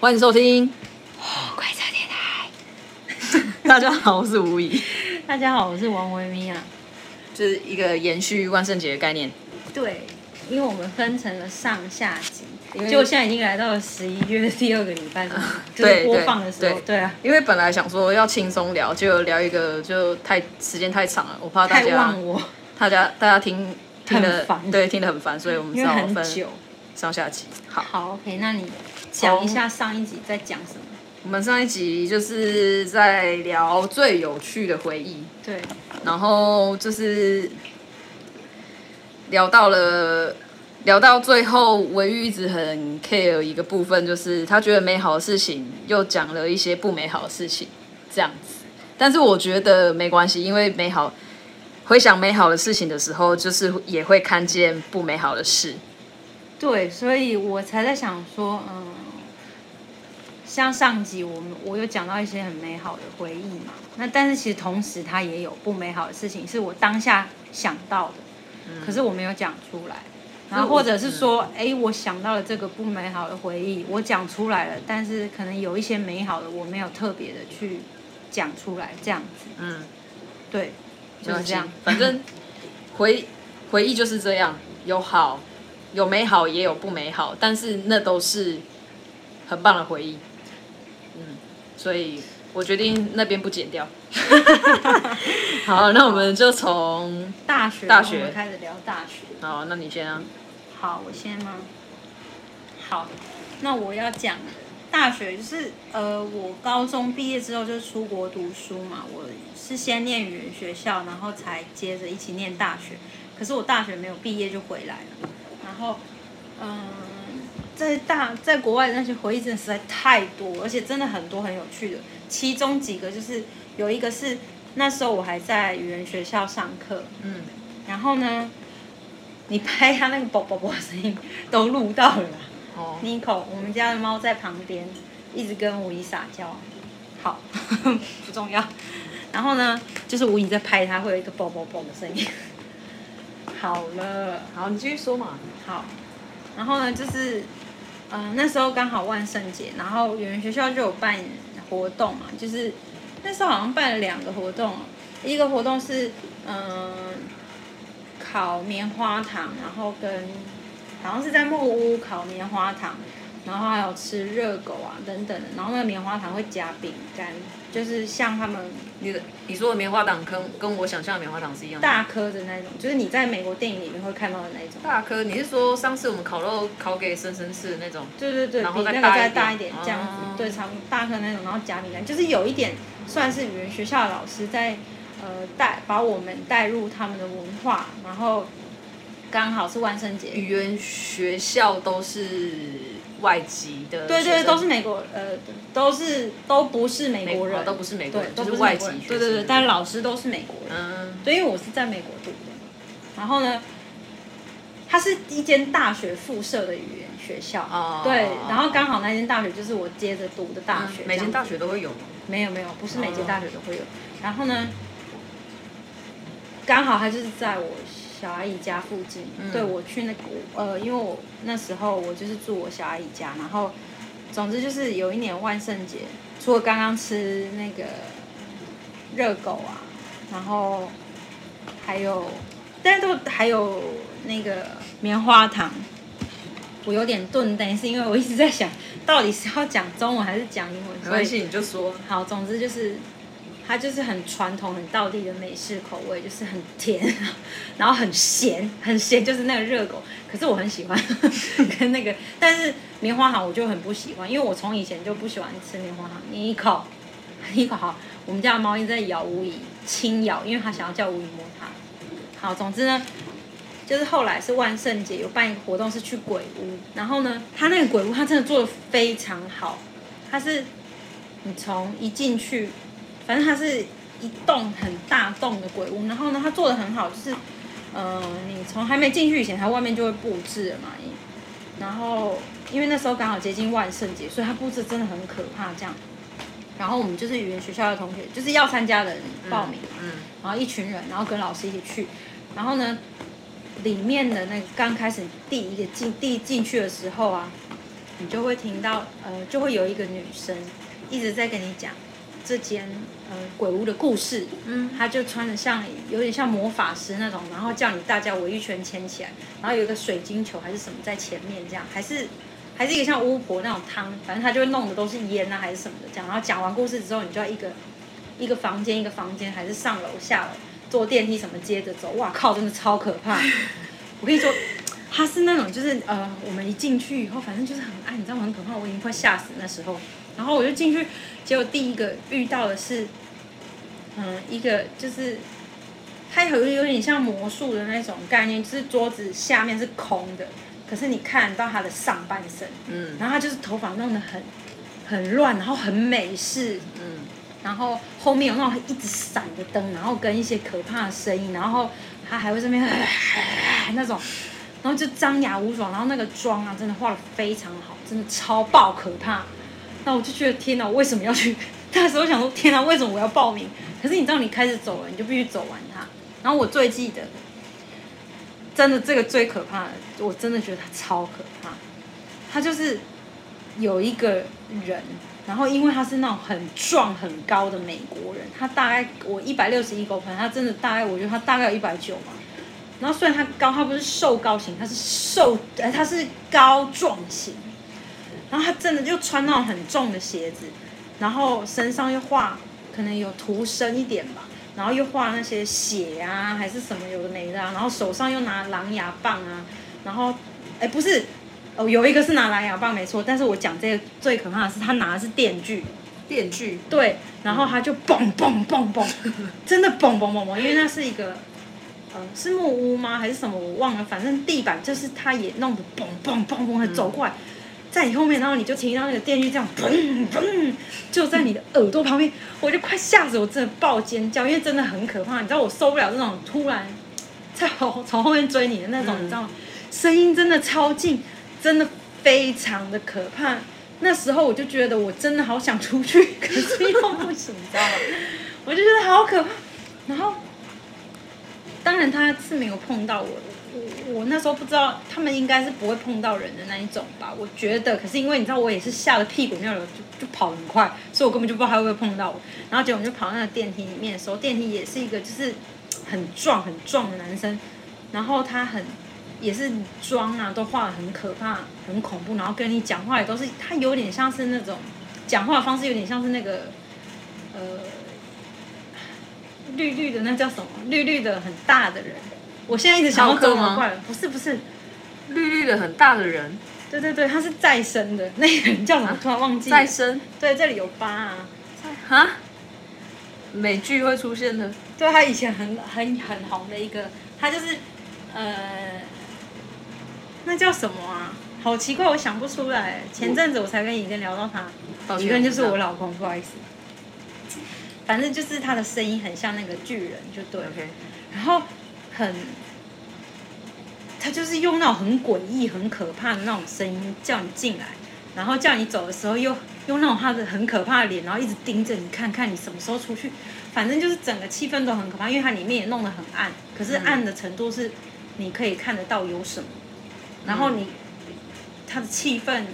欢迎收听，快啊车电台。大家好，我是吴怡，大家好，我是王维咪啊。就是一个延续万圣节的概念，对，因为我们分成了上下集，因为就现在已经来到了十一月的第二个礼拜，就是对播放的时对候，对啊对啊，因为本来想说要轻松聊，结果聊一个就太时间太长了，我怕大太家忘我，大家大家听听的很烦对听得很烦，所以我们因只为好很分久。上下集。好，好，OK，那你讲一下上一集在讲什么？我们上一集就是在聊最有趣的回忆，对，然后就是聊到了，聊到最后，维玉一直很 care 一个部分，就是他觉得美好的事情，又讲了一些不美好的事情，这样子。但是我觉得没关系，因为美好，回想美好的事情的时候，就是也会看见不美好的事。对，所以我才在想说，嗯，像上集我们我有讲到一些很美好的回忆嘛，那但是其实同时它也有不美好的事情，是我当下想到的，嗯可是我没有讲出来。然后或者是说，哎、我想到了这个不美好的回忆，我讲出来了，但是可能有一些美好的我没有特别的去讲出来，这样子，嗯，对，就是这样。反正回回忆就是这样，有好，有美好，也有不美好，但是那都是很棒的回忆。嗯，所以我决定那边不剪 掉。好，那我们就从大学，大学我们开始聊大学。好，那你先啊。好，我先吗？好，那我要讲大学就是呃，我高中毕业之后就是出国读书嘛，我是先念语言学校，然后才接着一起念大学。可是我大学没有毕业就回来了，然后嗯、在大在国外的那些回忆真的实在太多，而且真的很多很有趣的。其中几个就是有一个是那时候我还在语言学校上课，嗯，然后呢，你拍它那个啵啵啵的声音都录到了啦。哦， Nico，我们家的猫在旁边一直跟吴怡撒娇，好， 不重要。然后呢，就是吴怡在拍它，会有一个啵啵啵的声音。好了，好，你继续说嘛。好。然后呢，就是，呃，那时候刚好万圣节，然后语言学校就有办活动嘛，就是那时候好像办了两个活动，一个活动是嗯、呃烤棉花糖，然后跟好像是在木屋烤棉花糖，然后还有吃热狗啊等等的，然后那个棉花糖会夹饼干，就是像他们你的你说的棉花糖跟跟我想象的棉花糖是一样的。大颗的那种，就是你在美国电影里面会看到的那种。大颗，你是说上次我们烤肉烤给深深吃的那种？对对对，然比后那再个大一再点大一点哦这样子，对，长大颗那种，然后夹饼干，就是有一点算是语言学校的老师在呃带把我们带入他们的文化，然后刚好是万圣节，语言学校都是外籍的学生，对对，都是美国呃都是都不是美国人，哦都不是美国对人，，都就不是是外美籍国人学对生对对，但老师都是美国人。嗯，对，因为我是在美国读的，然后呢，它是一间大学附设的语言学校，哦对，然后刚好那间大学就是我接着读的大学，嗯嗯每间大学学都会有吗？没有没有，不是每间大学都会有，然后呢，刚好它就是在我小阿姨家附近，嗯对我去那个呃，因为我那时候我就是住我小阿姨家，然后总之就是有一年万圣节，除了刚刚吃那个热狗啊，然后还有，但是都还有那个棉花糖。我有点顿呆，是因为我一直在想，到底是要讲中文还是讲英文？没所关以系，你就说。好，总之就是它就是很传统、很道地的美式口味，就是很甜，然后很咸，很咸，就是那个热狗。可是我很喜欢 跟那个，但是棉花糖我就很不喜欢，因为我从以前就不喜欢吃棉花糖。你一口，你一口好，我们家的猫一直在咬无疑，轻咬，因为它想要叫无疑摸它。好，总之呢。就是后来是万圣节有办一个活动，是去鬼屋，然后呢，它那个鬼屋它真的做的非常好，它是你从一进去，反正它是一栋很大栋的鬼屋，然后呢，它做的很好，就是，呃，你从还没进去以前，它外面就会布置了嘛，然后因为那时候刚好接近万圣节，所以它布置真的很可怕这样。然后我们就是语言学校的同学，就是要参加的人报名，嗯，然后一群人，然后跟老师一起去，然后呢，里面的那个刚开始第一个进第一进去的时候啊，你就会听到呃，就会有一个女生一直在跟你讲这间呃鬼屋的故事，嗯，她就穿的像有点像魔法师那种，然后叫你大家围一圈牵起来，然后有一个水晶球还是什么在前面这样，还是。还是一个像巫婆那种汤，反正她就会弄的都是烟啊，还是什么的这样。然后讲完故事之后，你就要一个一个房间一个房间，还是上楼下楼，坐电梯什么接着走。哇靠，真的超可怕！ 我跟你说，他是那种就是呃，我们一进去以后，反正就是很暗，你知道吗？很可怕，我已经快吓死那时候。然后我就进去，结果第一个遇到的是，嗯，一个就是它有有点像魔术的那种概念，就是桌子下面是空的，可是你看到他的上半身，嗯然后他就是头发弄得很很乱，然后很美式，嗯，然后后面有那种一直闪的灯，然后跟一些可怕的声音，然后他还会这边呃那种，然后就张牙舞爪，然后那个妆啊，真的画的非常好，真的超爆可怕。那我就觉得天哪，我为什么要去？ 那时候想说天哪，为什么我要报名？可是你知道，你开始走了，你就必须走完它。然后我最记得，真的这个最可怕的，我真的觉得它超可怕。他就是有一个人，然后因为他是那种很壮很高的美国人，他大概我一百六十一公分，他真的大概我觉得他大概有一百九嘛。然后虽然他高，他不是瘦高型，他是瘦，呃，他是高壮型。然后他真的就穿那种很重的鞋子，然后身上又画可能有涂深一点吧，然后又画那些血啊还是什么有的没的、啊，然后手上又拿狼牙棒啊，然后哎不是，哦有一个是拿狼牙棒没错，但是我讲这个最可怕的是他拿的是电锯，电锯，对，然后他就嘣嘣嘣嘣，真的嘣嘣嘣嘣，因为那是一个，呃，是木屋吗？还是什么？我忘了，反正地板就是他也弄得嘣嘣嘣嘣，还走过来，在你后面，然后你就听到那个电锯这样嘣嘣，就在你的耳朵旁边，我就快吓死我，真的爆尖叫，因为真的很可怕，你知道我受不了这种突然在后从后面追你的那种，嗯你知道吗？声音真的超近，真的非常的可怕。那时候我就觉得我真的好想出去， 可是又不行，你知道吗？我就觉得好可怕。然后，当然他是没有碰到我，我我那时候不知道他们应该是不会碰到人的那一种吧，我觉得。可是因为你知道我也是吓得屁滚尿流，就就跑得很快，所以我根本就不知道他会不会碰到我。然后结果我们就跑到那个电梯里面的时候，电梯也是一个就是很壮很壮的男生，然后他很也是妆啊，都画的很可怕、很恐怖，然后跟你讲话也都是，他有点像是那种讲话的方式，有点像是那个呃绿绿的那叫什么？绿绿的很大的人。我现在一直想要浩克中文吗怪人，不是不是，绿绿的很大的人对对对，他是再生的那个人叫什么？突然忘记了。啊再生，对，这里有疤啊。哈，美剧会出现的，对他以前很很很红的一个，他就是呃，那叫什么啊？好奇怪，我想不出来。前阵子我才跟怡根聊到他，抱怡歉根就是我老公，不好意思。反正就是他的声音很像那个巨人，就对了。 ，OK，然后很，他就是用那种很诡异、很可怕的那种声音叫你进来，然后叫你走的时候又用那种他的很可怕的脸，然后一直盯着你看看你什么时候出去，反正就是整个气氛都很可怕，因为它里面也弄得很暗，可是嗯暗的程度是你可以看得到有什么，然后你它的气氛、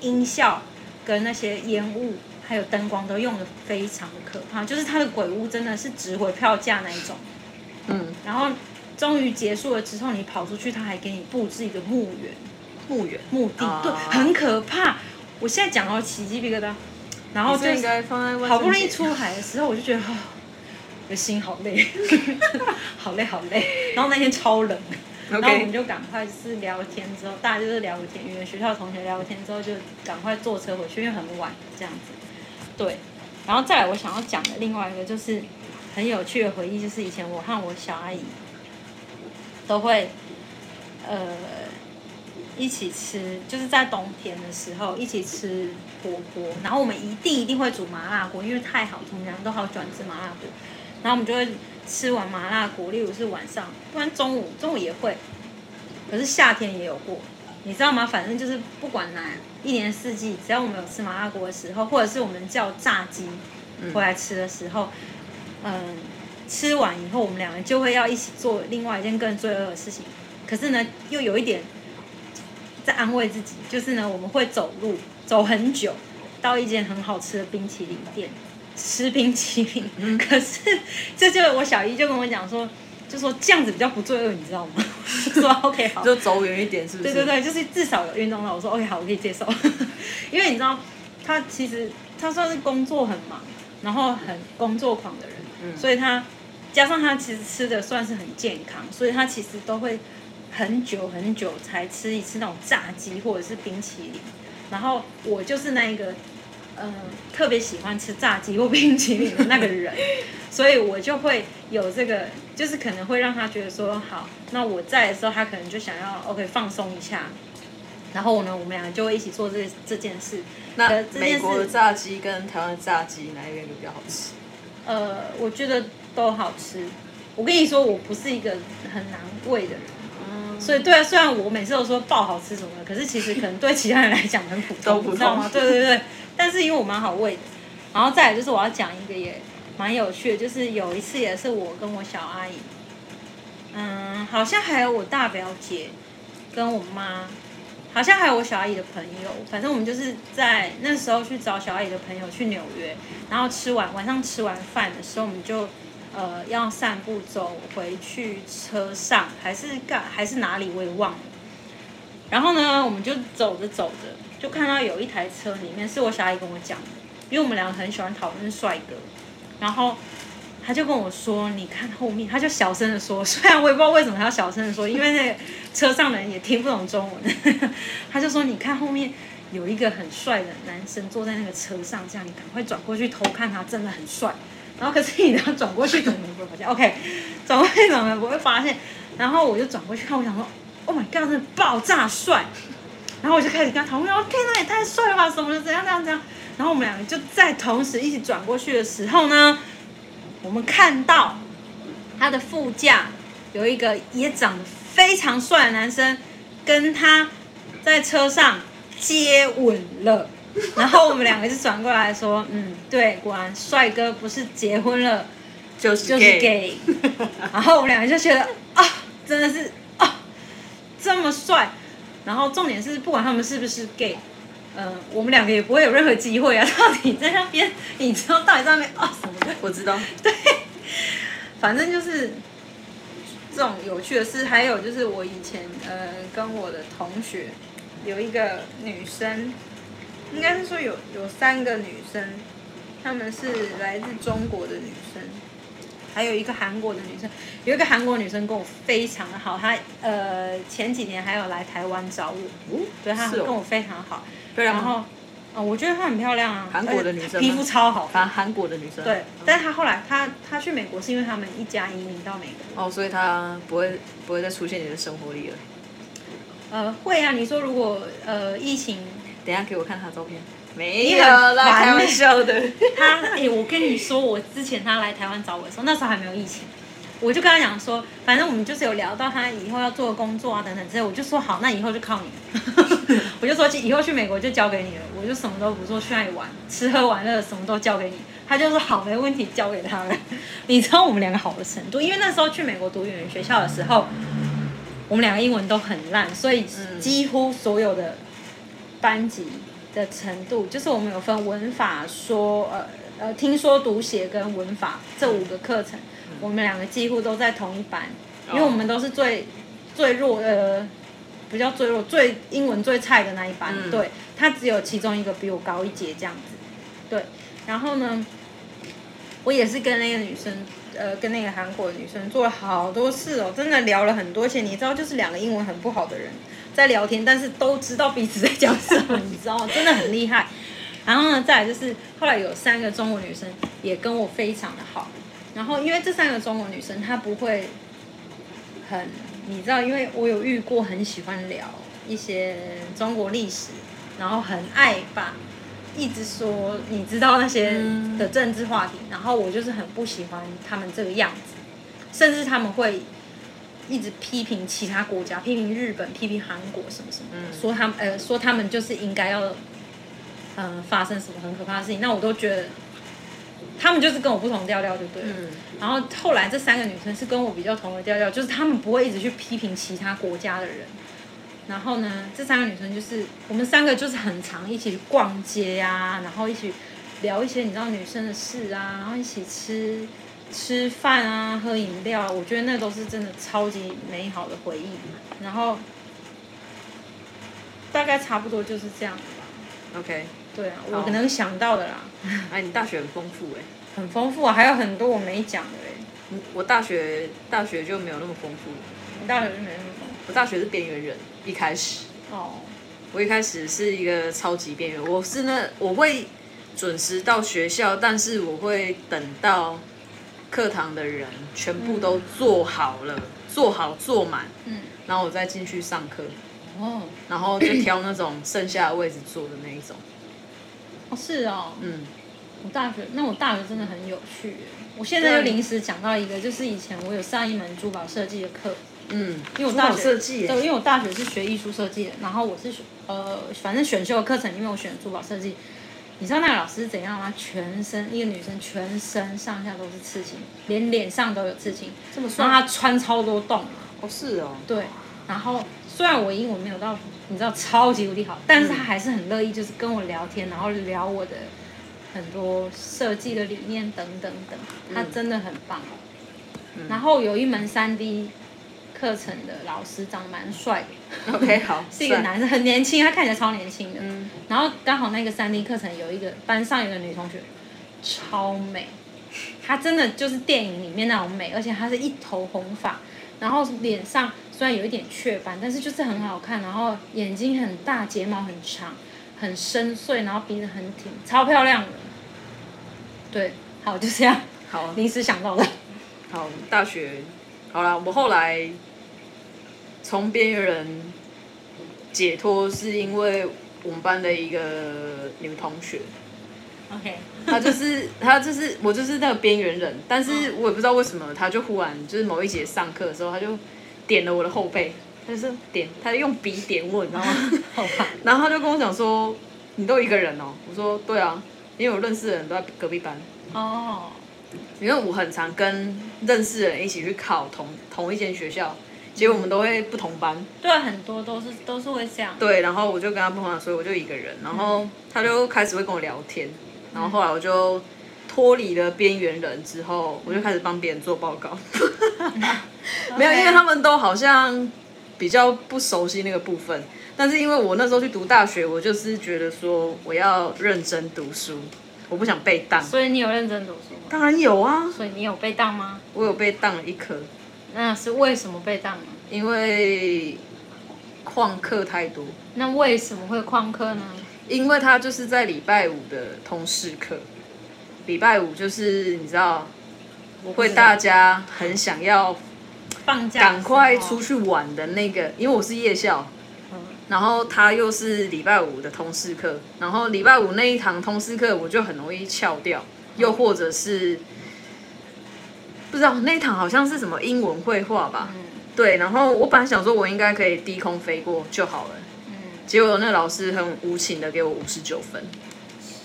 音效跟那些烟雾。还有灯光都用的非常的可怕，就是它的鬼屋真的是值回票价那一种。嗯，然后终于结束了之后，你跑出去，他还给你布置一个墓园、墓园，墓地，哦对，很可怕。我现在讲到起鸡皮疙瘩，然后你这就应是该放在万圣节好不容易出海的时候，我就觉得，哦、我的心好累， 好累好累。然后那天超冷。然后我们，OK，就赶快就是聊天之后，大家就是聊天，约学校同学聊天之后就赶快坐车回去，因为很晚这样子。对，然后再来我想要讲的另外一个就是很有趣的回忆，就是以前我和我小阿姨都会呃一起吃，就是在冬天的时候一起吃火锅，然后我们一定一定会煮麻辣锅，因为太好吃，我们两个都好喜欢吃麻辣锅。然后我们就会吃完麻辣锅，例如是晚上，不然中午中午也会，可是夏天也有过，你知道吗？反正就是不管哪一年四季，只要我们有吃麻辣锅的时候，或者是我们叫炸鸡回来吃的时候，嗯、吃完以后我们两个就会要一起做另外一件更罪恶的事情，可是呢，又有一点。在安慰自己，就是呢，我们会走路走很久，到一间很好吃的冰淇淋店吃冰淇淋。 可是这就我小姨就跟我讲说，就说这样子比较不罪恶，你知道吗？ 我就说 OK 好，就走远一点，是不对是？对对，就是至少有运动了。我说 OK 好，我可以接受， 因为你知道，他其实他算是工作很忙，然后很工作狂的人，嗯所以他加上他其实吃的算是很健康，所以他其实都会很久很久才吃一次那种炸鸡或者是冰淇淋。然后我就是那一个，嗯、特别喜欢吃炸鸡或冰淇淋的那个人，所以我就会有这个，就是可能会让他觉得说，好，那我在的时候，他可能就想要 OK 放松一下。然后呢，我们俩就会一起做这这件事。那呃这件美国的事炸鸡跟台湾的炸鸡哪一个比较好吃？呃，我觉得都好吃。我跟你说，我不是一个很难喂的人，嗯所以对啊，虽然我每次都说爆好吃什么的，可是其实可能对其他人来讲很普通，都普通你知道吗？对对对。但是因为我蛮好喂的，然后再来就是我要讲一个也蛮有趣的，就是有一次也是我跟我小阿姨，嗯，好像还有我大表姐跟我妈，好像还有我小阿姨的朋友，反正我们就是在那时候去找小阿姨的朋友去纽约，然后吃完晚上吃完饭的时候，我们就呃要散步走回去车上，还是干还是哪里我也忘了。然后呢，我们就走着走着，就看到有一台车里面是我小阿姨跟我讲的，因为我们两个很喜欢讨论帅哥，然后他就跟我说：“你看后面。”他就小声的说， 虽然我也不知道为什么他要小声的说，因为那个车上的人也听不懂中文。 他就说：“你看后面有一个很帅的男生坐在那个车上，这样你赶快转过去偷看他，真的很帅。”然后可是你要转过去 怎么不会发现？OK，转过去怎么不会发现？然后我就转过去看，我想说，Oh my god，真的爆炸帅！然后我就开始跟他讨论，我说天哪，也太帅了吧，什么的，怎样怎样怎样。然后我们两个就在同时一起转过去的时候呢，我们看到他的副驾有一个也长得非常帅的男生，跟他在车上接吻了。然后我们两个就转过来说，嗯，对，果然帅哥不是结婚了就是就是 gay。然后我们两个就觉得啊，真的是啊，这么帅。然后重点是，不管他们是不是 gay，呃，我们两个也不会有任何机会啊。到底在那边，你知道到底在那边啊什么的， 我知道，对，反正就是这种有趣的事。还有就是我以前呃跟我的同学有一个女生，应该是说有有三个女生，她们是来自中国的女生。还有一个韩国的女生，有一个韩国女生跟我非常的好，她呃前几年还有来台湾找我，对她是跟哦我非常好，对然啊，后呃我觉得她很漂亮啊，韩国的女生吗而且她皮肤超好，反正韩国的女生嗯对，但是他后来他他去美国是因为他们一家移民到美国。哦，所以她不会不会再出现你的生活里了。呃，会啊，你说如果呃疫情，等一下给我看她照片，没你有很啦，烦开玩笑的。 他哎、我跟你说，我之前他来台湾找我的时候，那时候还没有疫情，我就跟他讲说，反正我们就是有聊到他以后要做的工作啊等等之类，我就说好，那以后就靠你 了，我就说以后去美国就交给你了，我就什么都不做，去那里玩，吃喝玩乐什么都交给你。他就说好，没问题，交给他了。 你知道我们两个好的程度，因为那时候去美国读语言学校的时候，我们两个英文都很烂，所以嗯几乎所有的班级的程度，就是我们有分文法说呃呃听说读写跟文法这五个课程，我们两个几乎都在同一班，因为我们都是最最弱呃。不叫最弱，最英文最菜的那一班，嗯对他只有其中一个比我高一节这样子，对。然后呢，我也是跟那个女生，呃，跟那个韩国女生做了好多事哦，真的聊了很多。而且你知道，就是两个英文很不好的人在聊天，但是都知道彼此在讲什么，你知道吗？真的很厉害。然后呢，再来就是后来有三个中国女生也跟我非常的好。然后因为这三个中国女生她不会很，你知道，因为我有遇过很喜欢聊一些中国历史，然后很爱把一直说你知道那些嗯的政治话题，然后我就是很不喜欢他们这个样子，甚至他们会一直批评其他国家，批评日本，批评韩国什么什么的，嗯说他们呃说他们就是应该要呃发生什么很可怕的事情，那我都觉得他们就是跟我不同调调，就对了。嗯，然后后来这三个女生是跟我比较同的调调，就是她们不会一直去批评其他国家的人，然后呢，这三个女生就是我们三个就是很常一起去逛街呀、然后一起聊一些你知道女生的事啊，然后一起吃吃饭啊，喝饮料啊，我觉得那都是真的超级美好的回忆。然后大概差不多就是这样吧。 OK，对啊，好我能想到的啦，哎，你大学很丰富哎、很丰富啊，还有很多我没讲的嘞。嗯我大学大学就没有那么丰富，你大学就没那么丰我大学是边缘人，一开始富哦，我一开始是一个超级边缘，我是那我会准时到学校，但是我会等到课堂的人全部都坐好了，坐好坐满，嗯，然后我再进去上课，哦，然后就挑那种剩下的位置坐的那一种。哦是哦，嗯，我大学，那我大学真的很有趣耶。我现在就临时讲到一个，就是以前我有上一门珠宝设计的课，嗯，因为我大珠宝学设计耶对，因为我大学是学艺术设计的，然后我是学呃，反正选修的课程里面我选珠宝设计。你知道那个老师是怎样吗？全身一个女生全身上下都是刺青，连脸上都有刺青，这么然后她穿超多洞啊嘛。哦是哦，对，然后虽然我英文没有到你知道超级无敌好，但是他还是很乐意就是跟我聊天，然后聊我的很多设计的理念等等等，他真的很棒。然后有一门三 D 课程的老师长得蛮帅的 OK，好 是一个帅男生，很年轻，他看起来超年轻的。嗯然后刚好那个三 D 课程有一个班上有个女同学，超美，她真的就是电影里面那种美，而且她是一头红发，然后脸上虽然有一点雀斑，但是就是很好看，然后眼睛很大，睫毛很长，很深邃，然后鼻子很挺，超漂亮的。对，好，就这样，好临时想到的。好，大学好啦，我后来从边缘人解脱，是因为我们班的一个女同学， OK，她就是她就是我就是那个边缘人，但是我也不知道为什么，她就忽然就是某一节上课的时候，她就点了我的后背，她就是点，她用笔点我，你知道吗？好吧，然后她就跟我讲说：“你都一个人哦。”我说：“对啊，因为我认识的人都在隔壁班。” 哦，因为我很常跟认识的人一起去考同同一间学校，结果我们都会不同班。对啊，很多都是都是会这样。对，然后我就跟他不同班，所以我就一个人。然后他就开始会跟我聊天，然后后来我就脱离了边缘人之后，我就开始帮别人做报 告。没有，因为他们都好像比较不熟悉那个部分。但是因为我那时候去读大学，我就是觉得说我要认真读书，我不想被当。所以你有认真读书吗？当然有啊，所以你有被当吗？我有被当了一科。那是为什么被当呢？因为旷课太多，那为什么会旷课呢？因为他就是在礼拜五的通识课，礼拜五就是你知道我会大家很想要放假，赶快出。去玩的那个，因为我是夜校，嗯然后他又是礼拜五的通识课，然后礼拜五那一堂通识课我就很容易翘掉，又或者是不知道那一堂好像是什么英文绘画吧，嗯对，然后我本来想说我应该可以低空飞过就好了。嗯，结果那老师很无情的给我五十九分，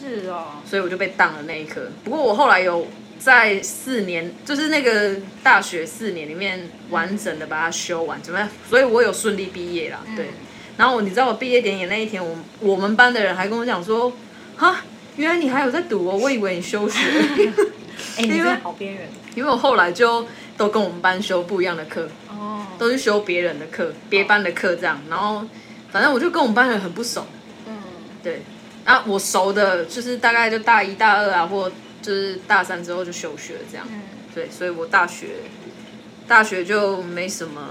是哦，所以我就被当了那一科。不过我后来有在四年，就是那个大学四年里面完整的把它修完，怎么样？所以我有顺利毕业啦。对，然后我你知道我毕业典礼那一天，我我们班的人还跟我讲说，哈，原来你还有在读哦，我以为你休学， 哎、你真的好边缘因为我后来就都跟我们班修不一样的课。哦。都去修别人的课，别班的课这样。然后反正我就跟我们班人很不熟，嗯，对。啊，我熟的就是大概就大一大二啊，或就是大三之后就休学这样。嗯对，所以我大学大学就没什么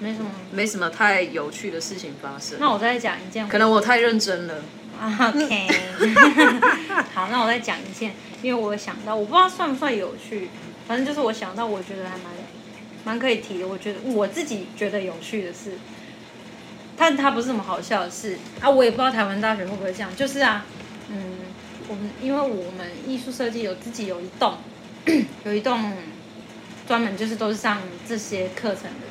没什么。没什么太有趣的事情发生。那我再讲一件我，可能我太认真了，啊 OK，好，那我再讲一件，因为我想到，我不知道算不算有趣，反正就是我想到，我觉得还蛮蛮可以提的，我觉得我自己觉得有趣的事，但它不是什么好笑的事啊，我也不知道台湾大学会不会这样，就是啊，嗯，我们因为我们艺术设计有自己有一栋， 有一栋专门就是都是上这些课程的，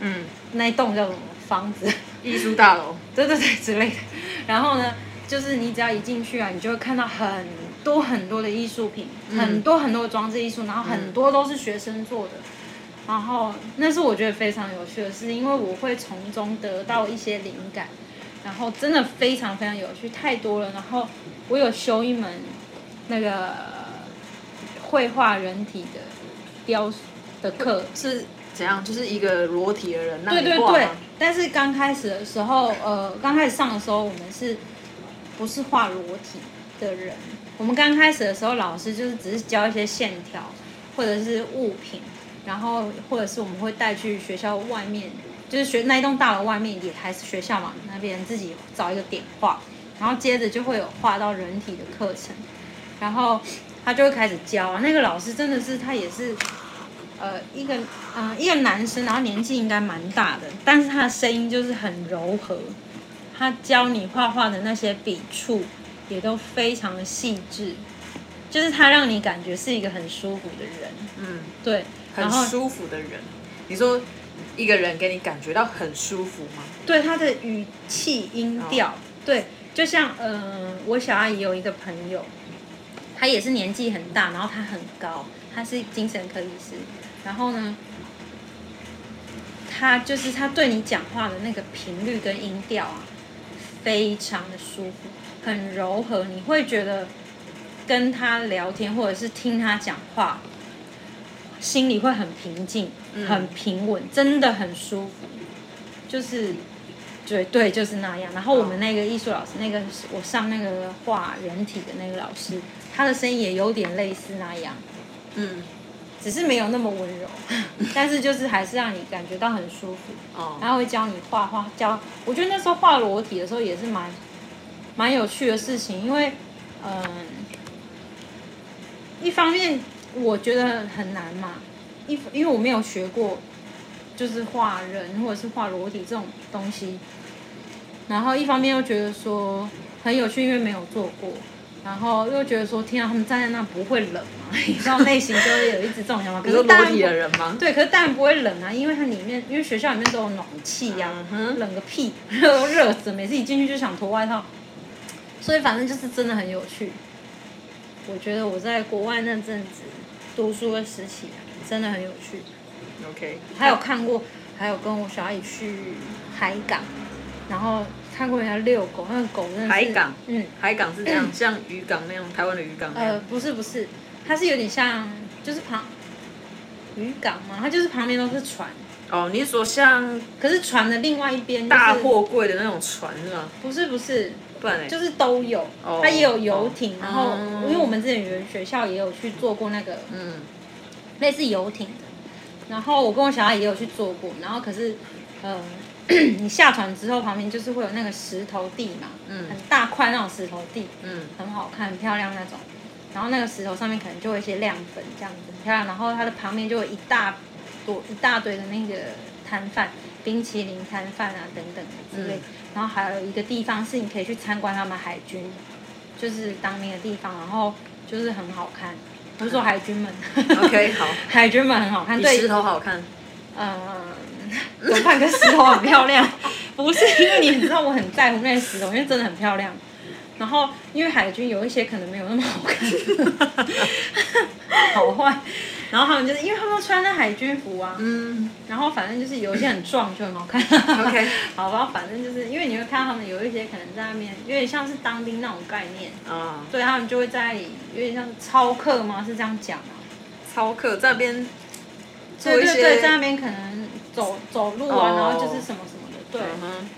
嗯，那一栋叫什么房子？艺术大楼，对对对之类的。然后呢，就是你只要一进去啊，你就会看到很多很多的艺术品，很多很多的装置艺术，然后很多都是学生做的。然后那是我觉得非常有趣的事，因为我会从中得到一些灵感，然后真的非常非常有趣，太多了。然后我有修一门那个绘画人体的雕的课，是怎样？就是一个裸体的人，那啊对你对画对吗，但是刚开始的时候，呃，刚开始上的时候，我们是不是画裸体的人？我们刚开始的时候，老师就是只是教一些线条或者是物品，然后或者是我们会带去学校外面，就是学那一栋大楼外面也还是学校嘛，那边自己找一个点画，然后接着就会有画到人体的课程，然后他就会开始教啊。那个老师真的是他也是呃，一个呃一个男生，然后年纪应该蛮大的，但是他的声音就是很柔和，他教你画画的那些笔触也都非常的细致，就是他让你感觉是一个很舒服的人，嗯，对，很然后舒服的人。你说一个人给你感觉到很舒服吗？对他的语气音调，对，就像呃，我小阿姨有一个朋友，她也是年纪很大，然后她很高，她是精神科医师，然后呢，她就是她对你讲话的那个频率跟音调啊，非常的舒服，很柔和，你会觉得跟她聊天或者是听她讲话，心里会很平静、很平稳，真的很舒服。就是，对对，就是那样。然后我们那个艺术老师，那个我上那个画人体的那个老师，他的声音也有点类似那样，嗯，只是没有那么温柔，但是就是还是让你感觉到很舒服。哦，然后会教你画画，教我觉得那时候画裸体的时候也是蛮蛮有趣的事情，因为嗯，一方面我觉得很难嘛，一因为我没有学过就是画人或者是画裸体这种东西，然后一方面又觉得说很有趣，因为没有做过。然后又觉得说，天啊，他们站在那不会冷吗？你知道内心就会有一直这种想法。可你说是大裸家体的人吗？对，可是当然不会冷啊，因为它里面，因为学校里面都有暖气呀、嗯哼冷个屁， 热热死，每次一进去就想脱外套，所以反正就是真的很有趣。我觉得我在国外那阵子读书的时期、啊、真的很有趣， ，OK，还有看过，还有跟我小阿姨去海港，然后看过人家遛狗，那个狗真的是海港嗯，海港是这样，像渔港那样，台湾的渔港那呃样，，不是不是，它是有点像，就是旁渔港嘛，它就是旁边都是船。哦，你是说像可是船的另外一边、就是、大货柜的那种船是吗？不是不是，不然呢？就是都有，哦它也有游艇，哦然后、嗯因为我们之前有学校也有去做过那个嗯，类似游艇的，然后我跟我小孩也有去做过，然后可是呃， 你下船之后旁边就是会有那个石头地嘛，嗯很大块那种石头地，嗯很好看、很漂亮那种。然后那个石头上面可能就会一些亮粉这样子，很漂亮。然后它的旁边就有一大朵、一大堆的那个摊贩，冰淇淋摊贩啊等等的之类。嗯然后还有一个地方是你可以去参观他们海军，就是当兵的地方，然后就是很好看。不是说海军们，OK，好， 海军们很好看，比对，石头好 看。嗯，有半个石头很漂亮，不是因为你知道我很在乎那些石头，因为真的很漂亮。然后因为海军有一些可能没有那么好看，好坏。然后他们就是因为他们都穿那海军服啊， 嗯，然后反正就是有一些很壮就很好看。 OK 好吧，反正就是因为你会看到他们有一些可能在那边有点像是当兵那种概念，啊，对他们就会在那里有点像是操课吗？是这样讲吗？操课在那边做对一对些对，在那边可能走走路啊，哦然后就是什么什么的，对，嗯哼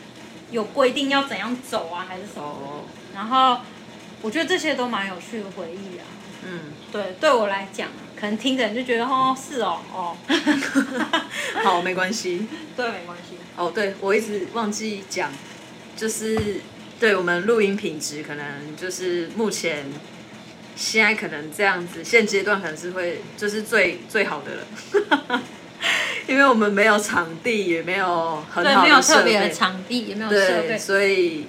有规定要怎样走啊，还是什么的。哦，然后我觉得这些都蛮有趣的回忆啊。 嗯，对，对我来讲，可能听着你就觉得哦，是哦，哦，好，没关系。对，没关系。哦，对，我一直忘记讲，就是对我们录音品质，可能就是目前现在可能这样子，现阶段可能是会就是最最好的了， 因为我们没有场地，也没有很 对，好没有的特设别的备，场地，也没有设对，备，所以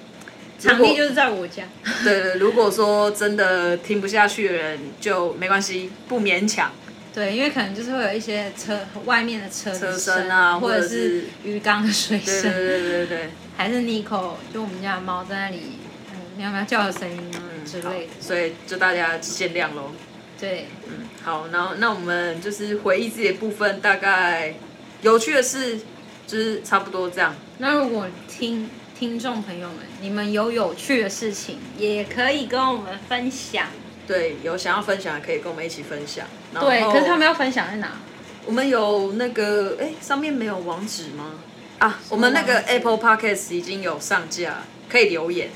如场果地就是在我家。对对，如果说真的听不下去的人，就没关系，不勉强。对，因为可能就是会有一些车外面的车车的声啊或或者者是是鱼缸的水对对声，对对对对，还是 Nico 就我们家的猫在那里，嗯，喵喵叫的声音啊嗯， 之好类的。所以就大家见谅喽。对，好，然后那我们就是回忆自己的部分，大概有趣的事就是差不多这样。那如果听听众朋友们，你们有有趣的事情，也可以跟我们分享。对，有想要分享的可以跟我们一起分享。然后对，可是他们要分享在哪？我们有那个哎，上面没有网址吗？啊，我们那网个址 Apple Podcast 已经有上架，可以留言。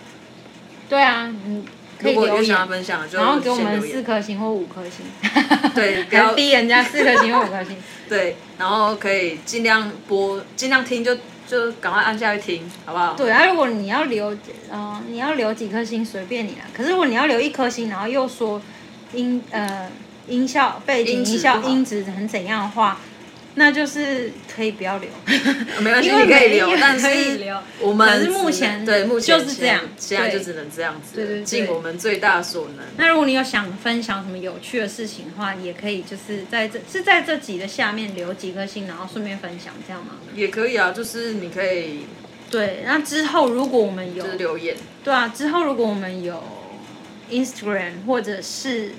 对啊，嗯，可如以果留有想要言，分享的，就然后给我先们留四言。颗星或五颗 星， 对不要还逼人家四颗星或五颗 星。对，然后可以尽量播，尽量听就就赶快按下去听，好不好？对啊，如果你要留，嗯、你要留几颗星随便你啦。可是如果你要留一颗星，然后又说音呃音效背景音质音效不好音质很怎样的话，那就是可以不要留。没关系， 因为你可以 没有留，但可以是留我们可是目只前能对目前就是这样现在对就只能这样子，对对对尽我们最大所能。那如果你有想分享什么有趣的事情的话，也可以就是在这是在这集的下面留几颗星，然后顺便分享，这样吗？也可以啊，就是你可以对，那之后如果我们有就是留言，对啊，之后如果我们有 Instagram 或者是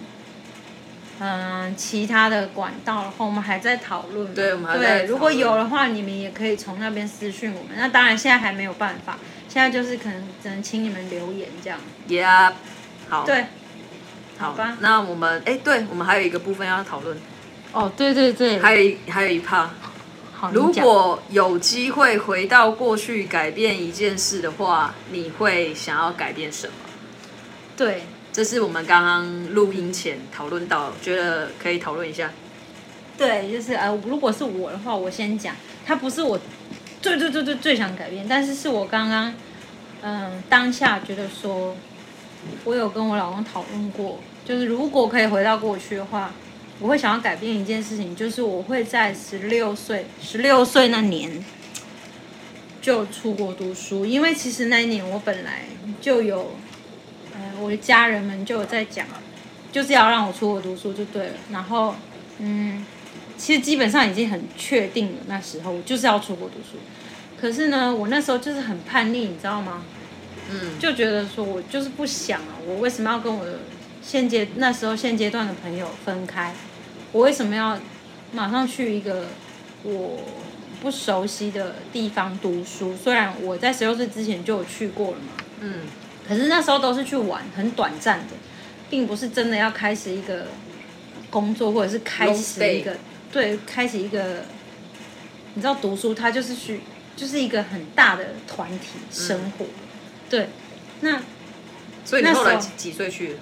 嗯、其他的管道的话，我们还在讨论嘛。对我们还在讨论如果有的话，你们也可以从那边私讯我们。那当然现在还没有办法，现在就是可能只能请你们留言这样。也啊，好，对，好吧，那我们哎，对我们还有一个部分要讨论，哦，对对对，还有一还有一趴，好，你如讲果有机会回到过去改变一件事的话，你会想要改变什么？对，这是我们刚刚录音前讨论到，觉得可以讨论一下。对，就是呃，如果是我的话，我先讲，它不是我最最最最最想改变，但是是我刚刚嗯、当下觉得说，我有跟我老公讨论过，就是如果可以回到过去的话，我会想要改变一件事情，就是我会在十六岁十六岁那年就出国读书，因为其实那一年我本来就有，呃，我的家人们就有在讲，就是要让我出国读书就对了，然后。嗯，其实基本上已经很确定了，那时候我就是要出国读书。可是呢，我那时候就是很叛逆，你知道吗？嗯，就觉得说我就是不想啊，我为什么要跟我的现阶那时候现阶段的朋友分开？我为什么要马上去一个我不熟悉的地方读书？虽然我在十六岁之前就有去过了嘛，嗯，可是那时候都是去玩，很短暂的，并不是真的要开始一个工作，或者是开 Long 始一 stay 个对，开始一个，你知道读书它就是去就是一个很大的团体生嗯活，对。那所以你后来那时几几岁去的？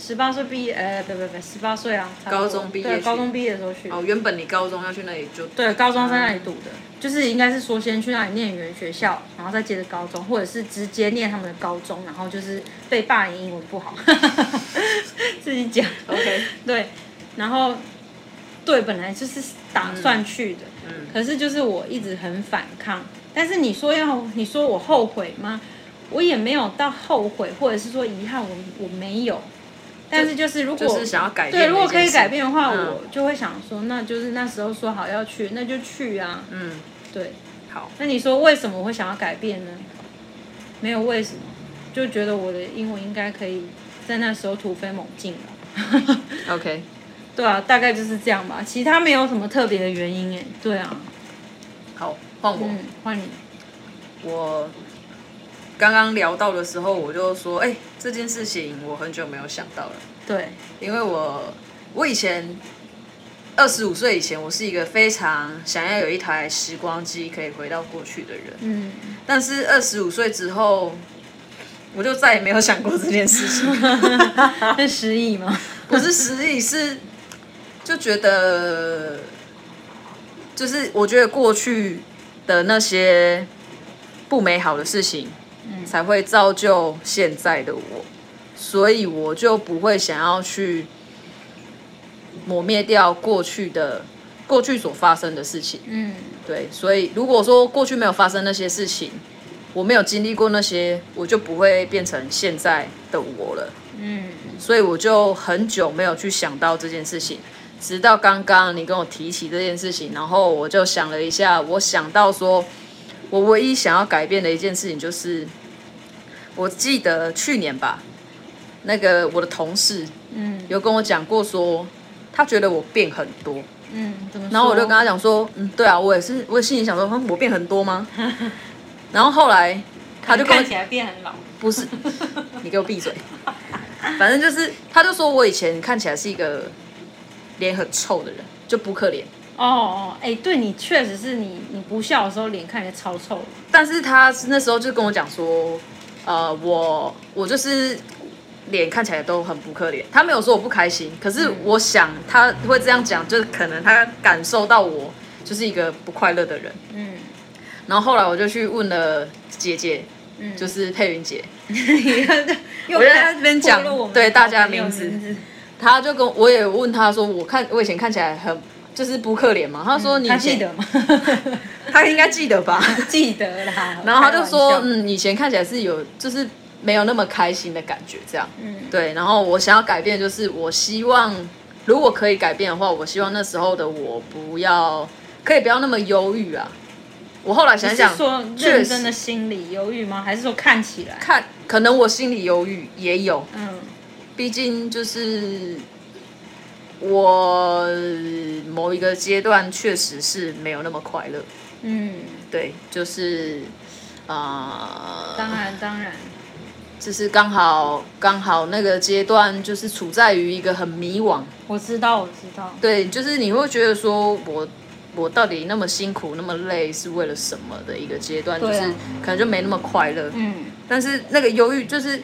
十八岁毕业，呃，不不不，十八岁啊，差不多高中毕业对，去高中毕业的时候去，哦，原本你高中要去那里就对，高中在那里读的，就是应该是说先去那里念语言学校，然后再接着高中，或者是直接念他们的高中，然后就是被霸凌英文不好， 自己讲。 OK，对，然后对，本来就是打算去的，嗯可是就是我一直很反抗。但是你说要，你说我后悔吗？我也没有到后悔，或者是说遗憾，我我没有。但是就是如果就是想要改变对，如果那可件以事改变的话，嗯我就会想说，那就是那时候说好要去，那就去啊。嗯，对，好，那你说为什么我会想要改变呢？没有为什么，就觉得我的英文应该可以在那时候突飞猛进吧。 OK， 对啊，大概就是这样吧，其他没有什么特别的原因哎。对啊，好，换我。嗯，换你。我刚刚聊到的时候，我就说，哎、这件事情我很久没有想到了，对，因为我我以前二十五岁以前，我是一个非常想要有一台时光机可以回到过去的人， 嗯，但是二十五岁之后，我就再也没有想过这件事情。是失忆吗？不是失忆，是就觉得，就是我觉得过去的那些不美好的事情，才会造就现在的我，所以我就不会想要去抹灭掉过去的过去所发生的事情。嗯，对，所以如果说过去没有发生那些事情，我没有经历过那些，我就不会变成现在的我了。嗯，所以我就很久没有去想到这件事情，直到刚刚你跟我提起这件事情，然后我就想了一下，我想到说，我唯一想要改变的一件事情就是，我记得去年吧，那个我的同事嗯有跟我讲过说，他觉得我变很多，嗯，怎么说？然后我就跟他讲说，嗯，对啊，我也是，我也心里想说，哼我变很多吗？ 然后后来他就跟我看起来变很老，不是， 你给我闭嘴。反正就是，他就说我以前看起来是一个脸很臭的人，就不可怜。哦哦，哎、对你确实是你，你不笑的时候脸看起来超臭的。但是他是那时候就跟我讲说，呃，我我就是脸看起来都很不可怜。他没有说我不开心，可是我想他会这样讲，就是可能他感受到我就是一个不快乐的人。 嗯然后后来我就去问了姐姐，嗯，就是佩云姐，又我就在那边讲暴露我们对的大家朋友名字名字，她就跟我也问她说，我看我以前看起来很就是不可怜嘛。她说你以嗯他前记 得 吗？她应该记得 吧？记得啦。然后他就开说，玩笑，嗯，以前看起来是有，就是没有那么开心的感觉，这样。嗯对，然后我想要改变，就是我希望，如果可以改变的话，我希望那时候的我不要，可以不要那么忧郁啊。我后来想你想是，说确认真的实心理忧郁吗？还是说看起来？看，可能我心里忧郁也有，嗯毕竟就是我某一个阶段确实是没有那么快乐。嗯，对，就是啊、呃当然当然，就是刚好刚好那个阶段，就是处在于一个很迷惘，我知道我知道。对，就是你会觉得说我我到底那么辛苦那么累是为了什么的一个阶段，就对啊是可能就没那么快乐。嗯但是那个忧郁就是，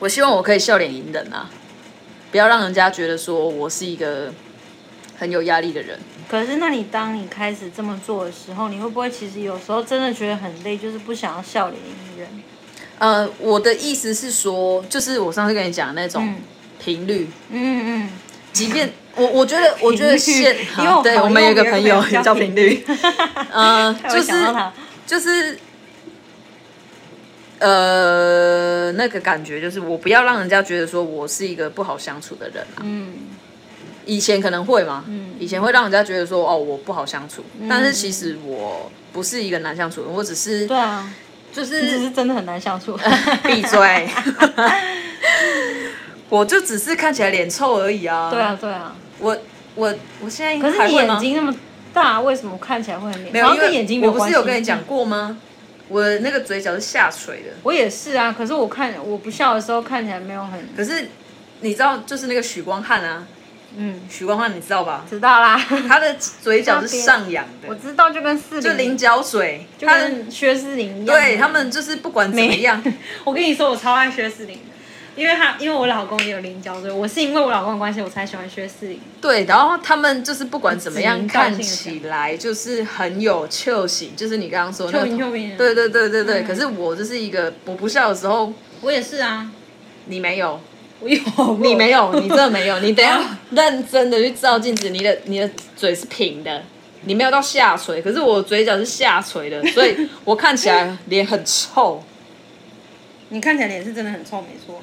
我希望我可以笑脸迎人啊，不要让人家觉得说我是一个很有压力的人。可是，那你当你开始这么做的时候，你会不会其实有时候真的觉得很累，就是不想要笑脸迎人？呃，我的意思是说，就是我上次跟你讲的那种嗯频率，嗯嗯，即便我我觉 得，我觉得现因为我好对好我们有一个因为朋友我有一个朋友叫叫频频率， 呃，害就我是想到他，就是呃，那个感觉就是我不要让人家觉得说我是一个不好相处的人啊。嗯以前可能会嘛，嗯以前会让人家觉得说哦我不好相处，但是其实我不是一个难相处的人，我只是对啊，就你只是 是真的很难相处。闭嘴， 我就只是看起来脸臭而已啊。 对啊，对啊。我我我现在应可该是还你会吗眼睛那么大，为什么看起来会很脸？没有，好像因跟为眼睛没我有不关是系。有跟你讲过吗？我那个嘴角是下垂的，我也是啊，可是我看我不笑的时候看起来没有很可是你知道，就是那个许光汉啊，嗯，许光汉你知道吧？知道啦，他的嘴角是上扬我的，知道就跟四就菱零角水，就他的跟薛诗凌一样，对他们就是不管怎么样，我跟你说，我超爱薛士林的，因为他因为我老公也有菱角，所以我是因为我老公的关系，我才喜欢薛士林。 对，然后他们就是不管怎么指样，名道姓看地起来就是很有臭型，就是你刚刚说那臭型种臭型对对对对对。嗯可是我就是一个我不笑的时候，我也是啊，你没有，我有，你没 有，你真的没有。你等一 下啊认真的去照镜子，你的你的嘴是平的，你没有到下垂，可是我嘴角是下垂 的，所以我看起来脸很臭。你看起来脸是真的很臭，没错。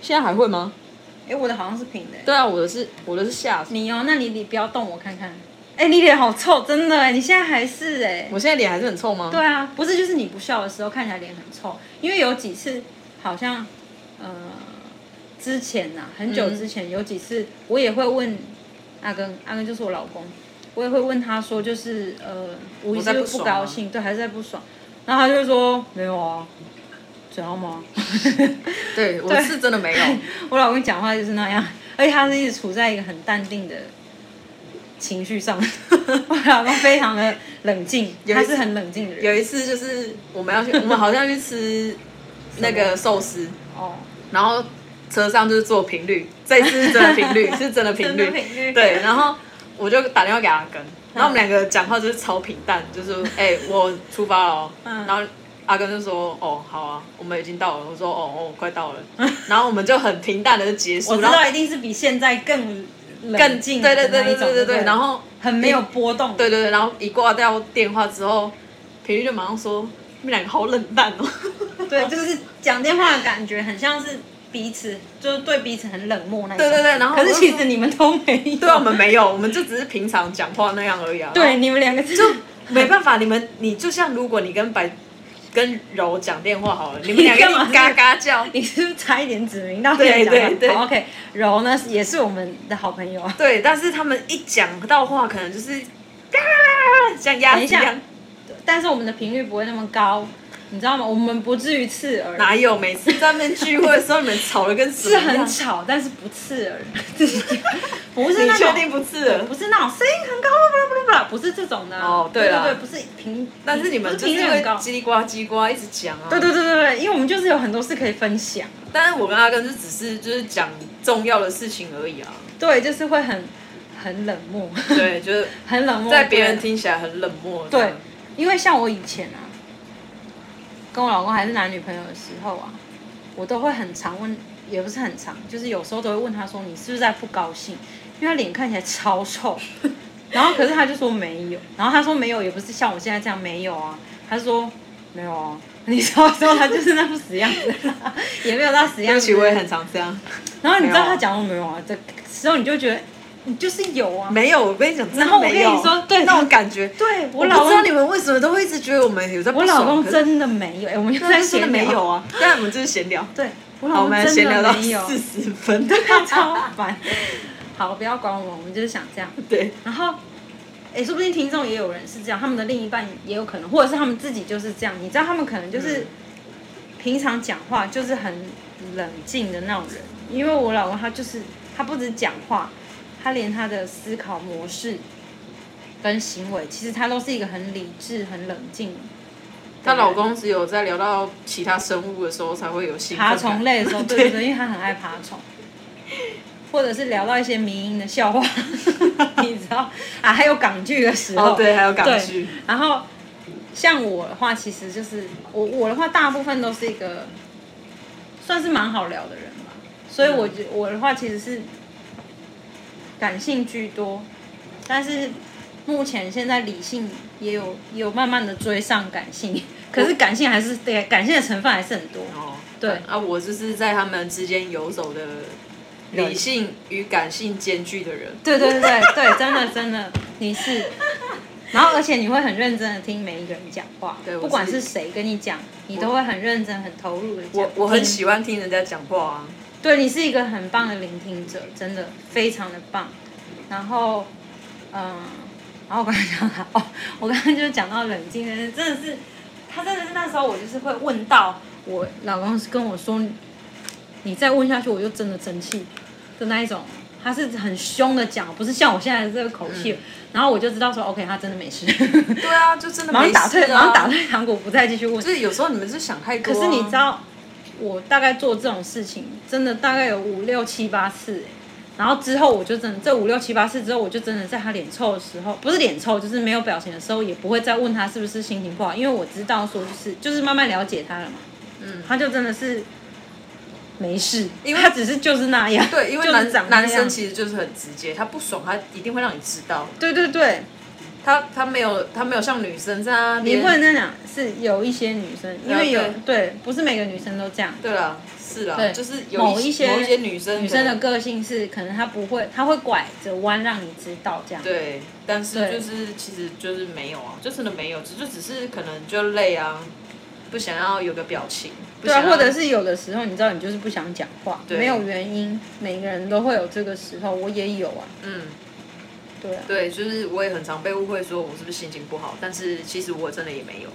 现在还会吗？哎，我的好像是平的。对啊，我的是我的是下垂，你哦，那你你不要动我看看。哎，你脸好臭，真的哎，你现在还是哎。我现在脸还是很臭吗？对啊，不是就是你不笑的时候看起来脸很臭，因为有几次好像呃之前呐、啊很久之前、有几次我也会问阿根，阿根就是我老公，我也会问他说就是呃我一在直不不爽啊吗高兴，对，还是在不爽，然后他就会说没有啊，怎样吗？ 对，我对是真的没有。我老公讲话就是那样，而且他是一直处在一个很淡定的情绪上，我老公非常的冷静，有一他次是很冷静的人。有一次就是我们 要去，我们好像去吃那个寿司，哦，然后车上就是坐频率，这一次是真的频 率，是真的频率，真的频率嗯对，然后我就打电话给阿根，然后我们两个讲话就是超平淡，就是 说哎、我出发了哦，嗯然后阿根就说哦好啊，我们已经到了，我说哦哦快到了， 然后我们就很平淡的就结我束，知然后道一定是比现在更更冷静的对那对一种，对对对对不对，然后很没有波动，对对对，然后一挂掉电话之后，频率就马上说你们两个好冷淡哦。对，就是讲电话的感觉很像是彼此，就是对彼此很冷漠那一种。对对对然后可我是就其说实你们都没有，对啊，我们没有，我们就只是平常讲话那样而已啊。对你们两个就没办法，你们你就像如果你跟白跟柔讲电话好了，你们两个一直嘎嘎叫。你是不是差一点指名到对人家了对对好，OK，柔呢也是我们的好朋友啊。对，但是他们一讲到话，可能就是嘎，像鸭子一等一样下。但是我们的频率不会那么高，你知道吗？我们不至于刺耳，哪有？每次在那边聚会的时候，你们吵得跟什是么一很样？吵，但是不刺 耳，不是你那确种，定不是了？不是那种声音很高，不不不不，不是这种的啊。哦对对啦对，不是频，但是你们不是就是频率很会高。叽里呱叽呱一直讲啊。对对对对对，因为我们就是有很多事可以分享，但是我跟阿根就只是就是讲重要的事情而已啊。对，就是会很很冷漠，对，就是 很冷漠，在别人对听起来很冷漠。对，因为像我以前啊，跟我老公还是男女朋友的时候啊，我都会很常问，也不是很常，就是有时候都会问他说：“你是不是在不高兴？”因为他脸看起来 超臭，然后可是他就说没有，然后他说没有也不是像我现在这样没有啊，他说没有啊，你知道之后他就是那副死样子， 也没有到死对样不子起，。我也很常这样。然后你知道没有啊他讲说没有啊，这时候你就觉得你就是有啊，没有，我跟你讲，真的然后我跟没有你说对那种感觉。对我我老不公知道你们为什么都会一直觉得我们有在不我爽老公可是真的没有，哎、我们又对啊在真的闲没聊有啊，但我们就是闲聊。对，我好，老我公们真闲聊的到没有，四十 分。他 超烦。好，不要管我，我们就是想这样。对，然后，哎、说不定听众也有人是这样，他们的另一半也有可能，或者是他们自己就是这样。你知道，他们可能就是、嗯平常讲话就是很冷静的那种人，因为我老公他就是他不止讲话，他连他的思考模式跟行为，其实他都是一个很理智、很冷静的人。她老公只有在聊到其他生物的时候才会有兴奋爬感虫类 的时候，对对对，因为他很爱爬虫，或者是聊到一些民音的 笑话，你知道啊，还有港剧的时候，哦，对，还有港对剧，然后像我的话，其实就是我我的话，大部分都是一个算是蛮好聊的人吧，所以我嗯觉、我的话其实是感性居多，但是目前现在理性也有也有慢慢的追上感性，可是感性还是对感性的成分还是很多。哦，对啊，我就是在他们之间游走的人理性与感性兼具的人。对对对对对，真的真的，你是。然后，而且你会很认真的听每一个人讲话，对我不管是是谁跟你讲，你都会很认真、很投入的讲。我我很喜欢听人家讲话啊，对你是一个很棒的聆听者，真的非常的棒。然后，嗯，然后我刚才讲到，哦，我刚刚就讲到冷静，但是真的是，他真的是那时候我就是会问到我老公是跟我说，你再问下去我就真的生气的那一种。他是很凶的讲，不是像我现在的这个口气，然后我就知道说，OK，他真的没事，嗯 对啊，就真的马没上事打退，啊马上打退堂鼓，不再继续问就。是有时候你们是想太多可啊、是你知道，我大概做这种事情，真的大概有五六七八次、欸、然后之后我就真的这五六七八次之后，我就真的在他脸臭的时候，不是脸臭，就是没有表情的时候，也不会再问他是不是心情不好，因为我知道说就是就是慢慢了解他了嘛。嗯，他就真的是没事，因为他只是就是那样。对，因为就是男长那男生样其实就是很直接，他不爽他一定会让你知道，对对对，他他没有他没有像女生在那你边不能这样讲，是有一些女生，因为有对，不是每个女生都这样。对啦，是啦，对就是有某一一些某一些女生女可生能的个性是，可能她不会，她会拐着弯让你知道这样。对，但是对啊就是其实就是没有啊，就真的没有，只就只是可能就累啊，不想要有个表情，不对啊，想要或者是有的时候，你知道你就是不想讲话，对没有原因，每个人都会有这个时候，我也有啊。嗯，对啊，对，就是我也很常被误会说我是不是心情不好，但是其实我真的也没有，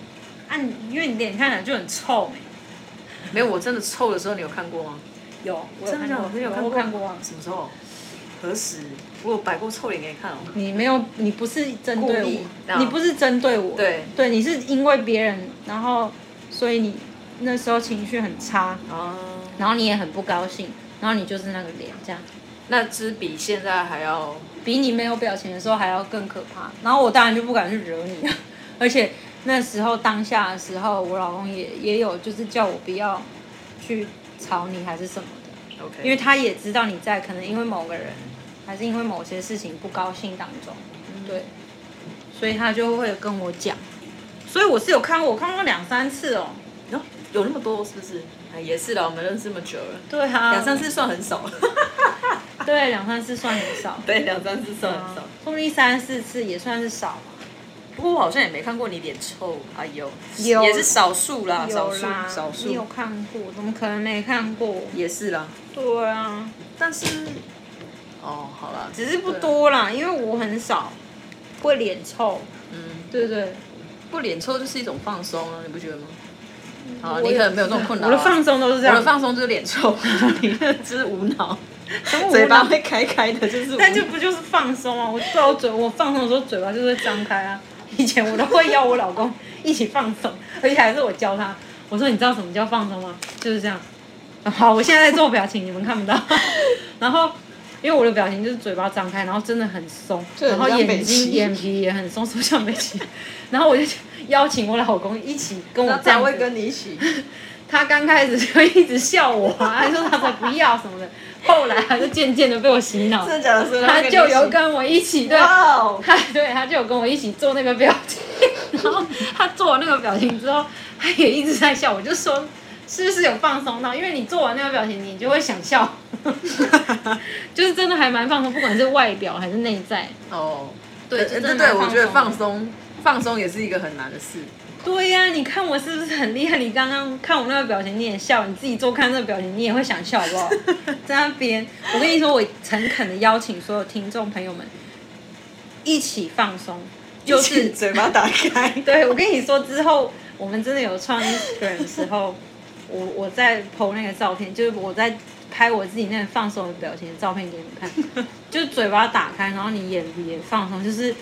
啊，你因为你脸看起来就很臭没、没有，我真的臭的时候你有看过吗？有，我有看真的过，我真的有看我过看过啊。什么时候？何时？我有摆过臭脸给你看哦。你没有，你不是针对故意我，啊你不是针对我，对对，你是因为别人，然后所以你那时候情绪很差，哦，然后你也很不高兴，然后你就是那个脸这样。那只比现在还要比你没有表情的时候还要更可怕。然后我当然就不敢去惹你啊， 而且那时候当下的时候，我老公也也有就是叫我不要去吵你还是什么的， OK，因为他也知道你在，可能因为某个人还是因为某些事情不高兴当中，对，所以他就会跟我讲。所以我是有看过，我看过两三次哦。哦有那么多是不是？哎，也是的，我们认识这么久了，对啊，两三，次算很 少了。对，两三次算很少。啊对，两三次算很少。说不定三四次也算是少嘛。不过我好像也没看过你脸臭，啊哎呦，有也是少数啦，少有数啦，少你有数看过？怎么可能没看过？也是啦，对啊，但是哦，好啦，只是不多啦，因为我很少会脸臭，嗯，对不对？不脸臭就是一种放松啊，你不觉得吗？好，我你可能没有这种困扰、啊。嗯我的放松都是这我样的，放松就是脸臭，你那只无脑，怎么我嘴巴会开开的，就是无 那就不就是放松啊？我对我嘴，我放松的时候嘴巴就会张开啊。 以前我都会邀我老公一起放松，而且还是我教他。我说你知道什么叫放松吗？就是这样。好，我现在在做表情，你们看不到。 然后，因为我的表情就是嘴巴张开，然后真的很松，就很然后像北眼齐睛眼皮也很松，手像北齐。 然后我就邀请我老公一起跟我这样子你一起。他刚开始就一直笑我啊， 他说他才不要什么的。后来他就渐渐的被我洗脑，真的假的是他就有跟我一起，对，啊哇哦，他对他就有跟我一起做那个表情， 然后他做完那个表情之后，他也一直在笑，我就说是不是有放松到？因为你做完那个表情，你就会想笑， 就是真的还蛮放松，不管是外表还是内在，哦，对，就对真的对蛮对，我觉得放放松的。松放松也是一个很难的事。对呀、你看我是不是很厉害？你刚刚看我那个表情，你也笑，你自己做看那个表情，你也会想笑，好 不好？在那边，我跟你说，我诚恳的邀请所有听众朋友们一起放松，就一是起嘴巴打开， 对我跟你说，之后我们真的有创 Instagram 的时候，我我在 PO 那个照片，就是我在拍我自己那个放松的表情的照片给你们看，就是嘴巴打开，然后你眼皮也放松，就是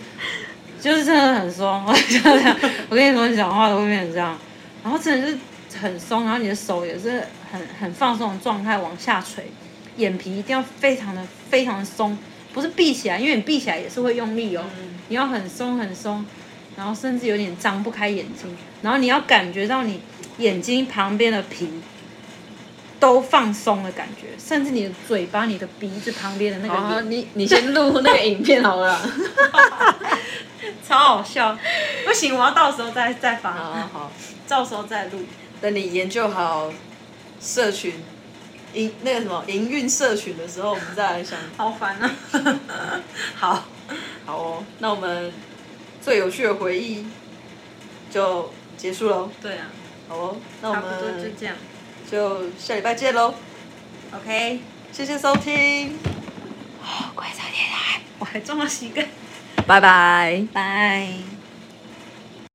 就是真的很松。我就这样我跟你说，你讲话都会变成这样，然后真的是很松，然后你的手也是很很放松的状态往下垂，眼皮一定要非常的非常的松。不是闭起来，因为你闭起来也是会用力哦，你要很松很松，然后甚至有点张不开眼睛，然后你要感觉到你眼睛旁边的皮都放松的感觉，甚至你的嘴巴、你的鼻子旁边的那好个啊，脸，你你先录那个影片好了啦。超好笑。不行，我要到时候再再 好发，好好，到时候再录。等你研究好社群营那个什么营运社群的时候，我们再来想。好烦啊！ 好，好哦，那我们最有趣的回忆就结束喽。对啊，好哦，那我差不多就们这样。就下礼拜见喽， OK，谢谢收听，我还撞到膝盖。拜拜。拜。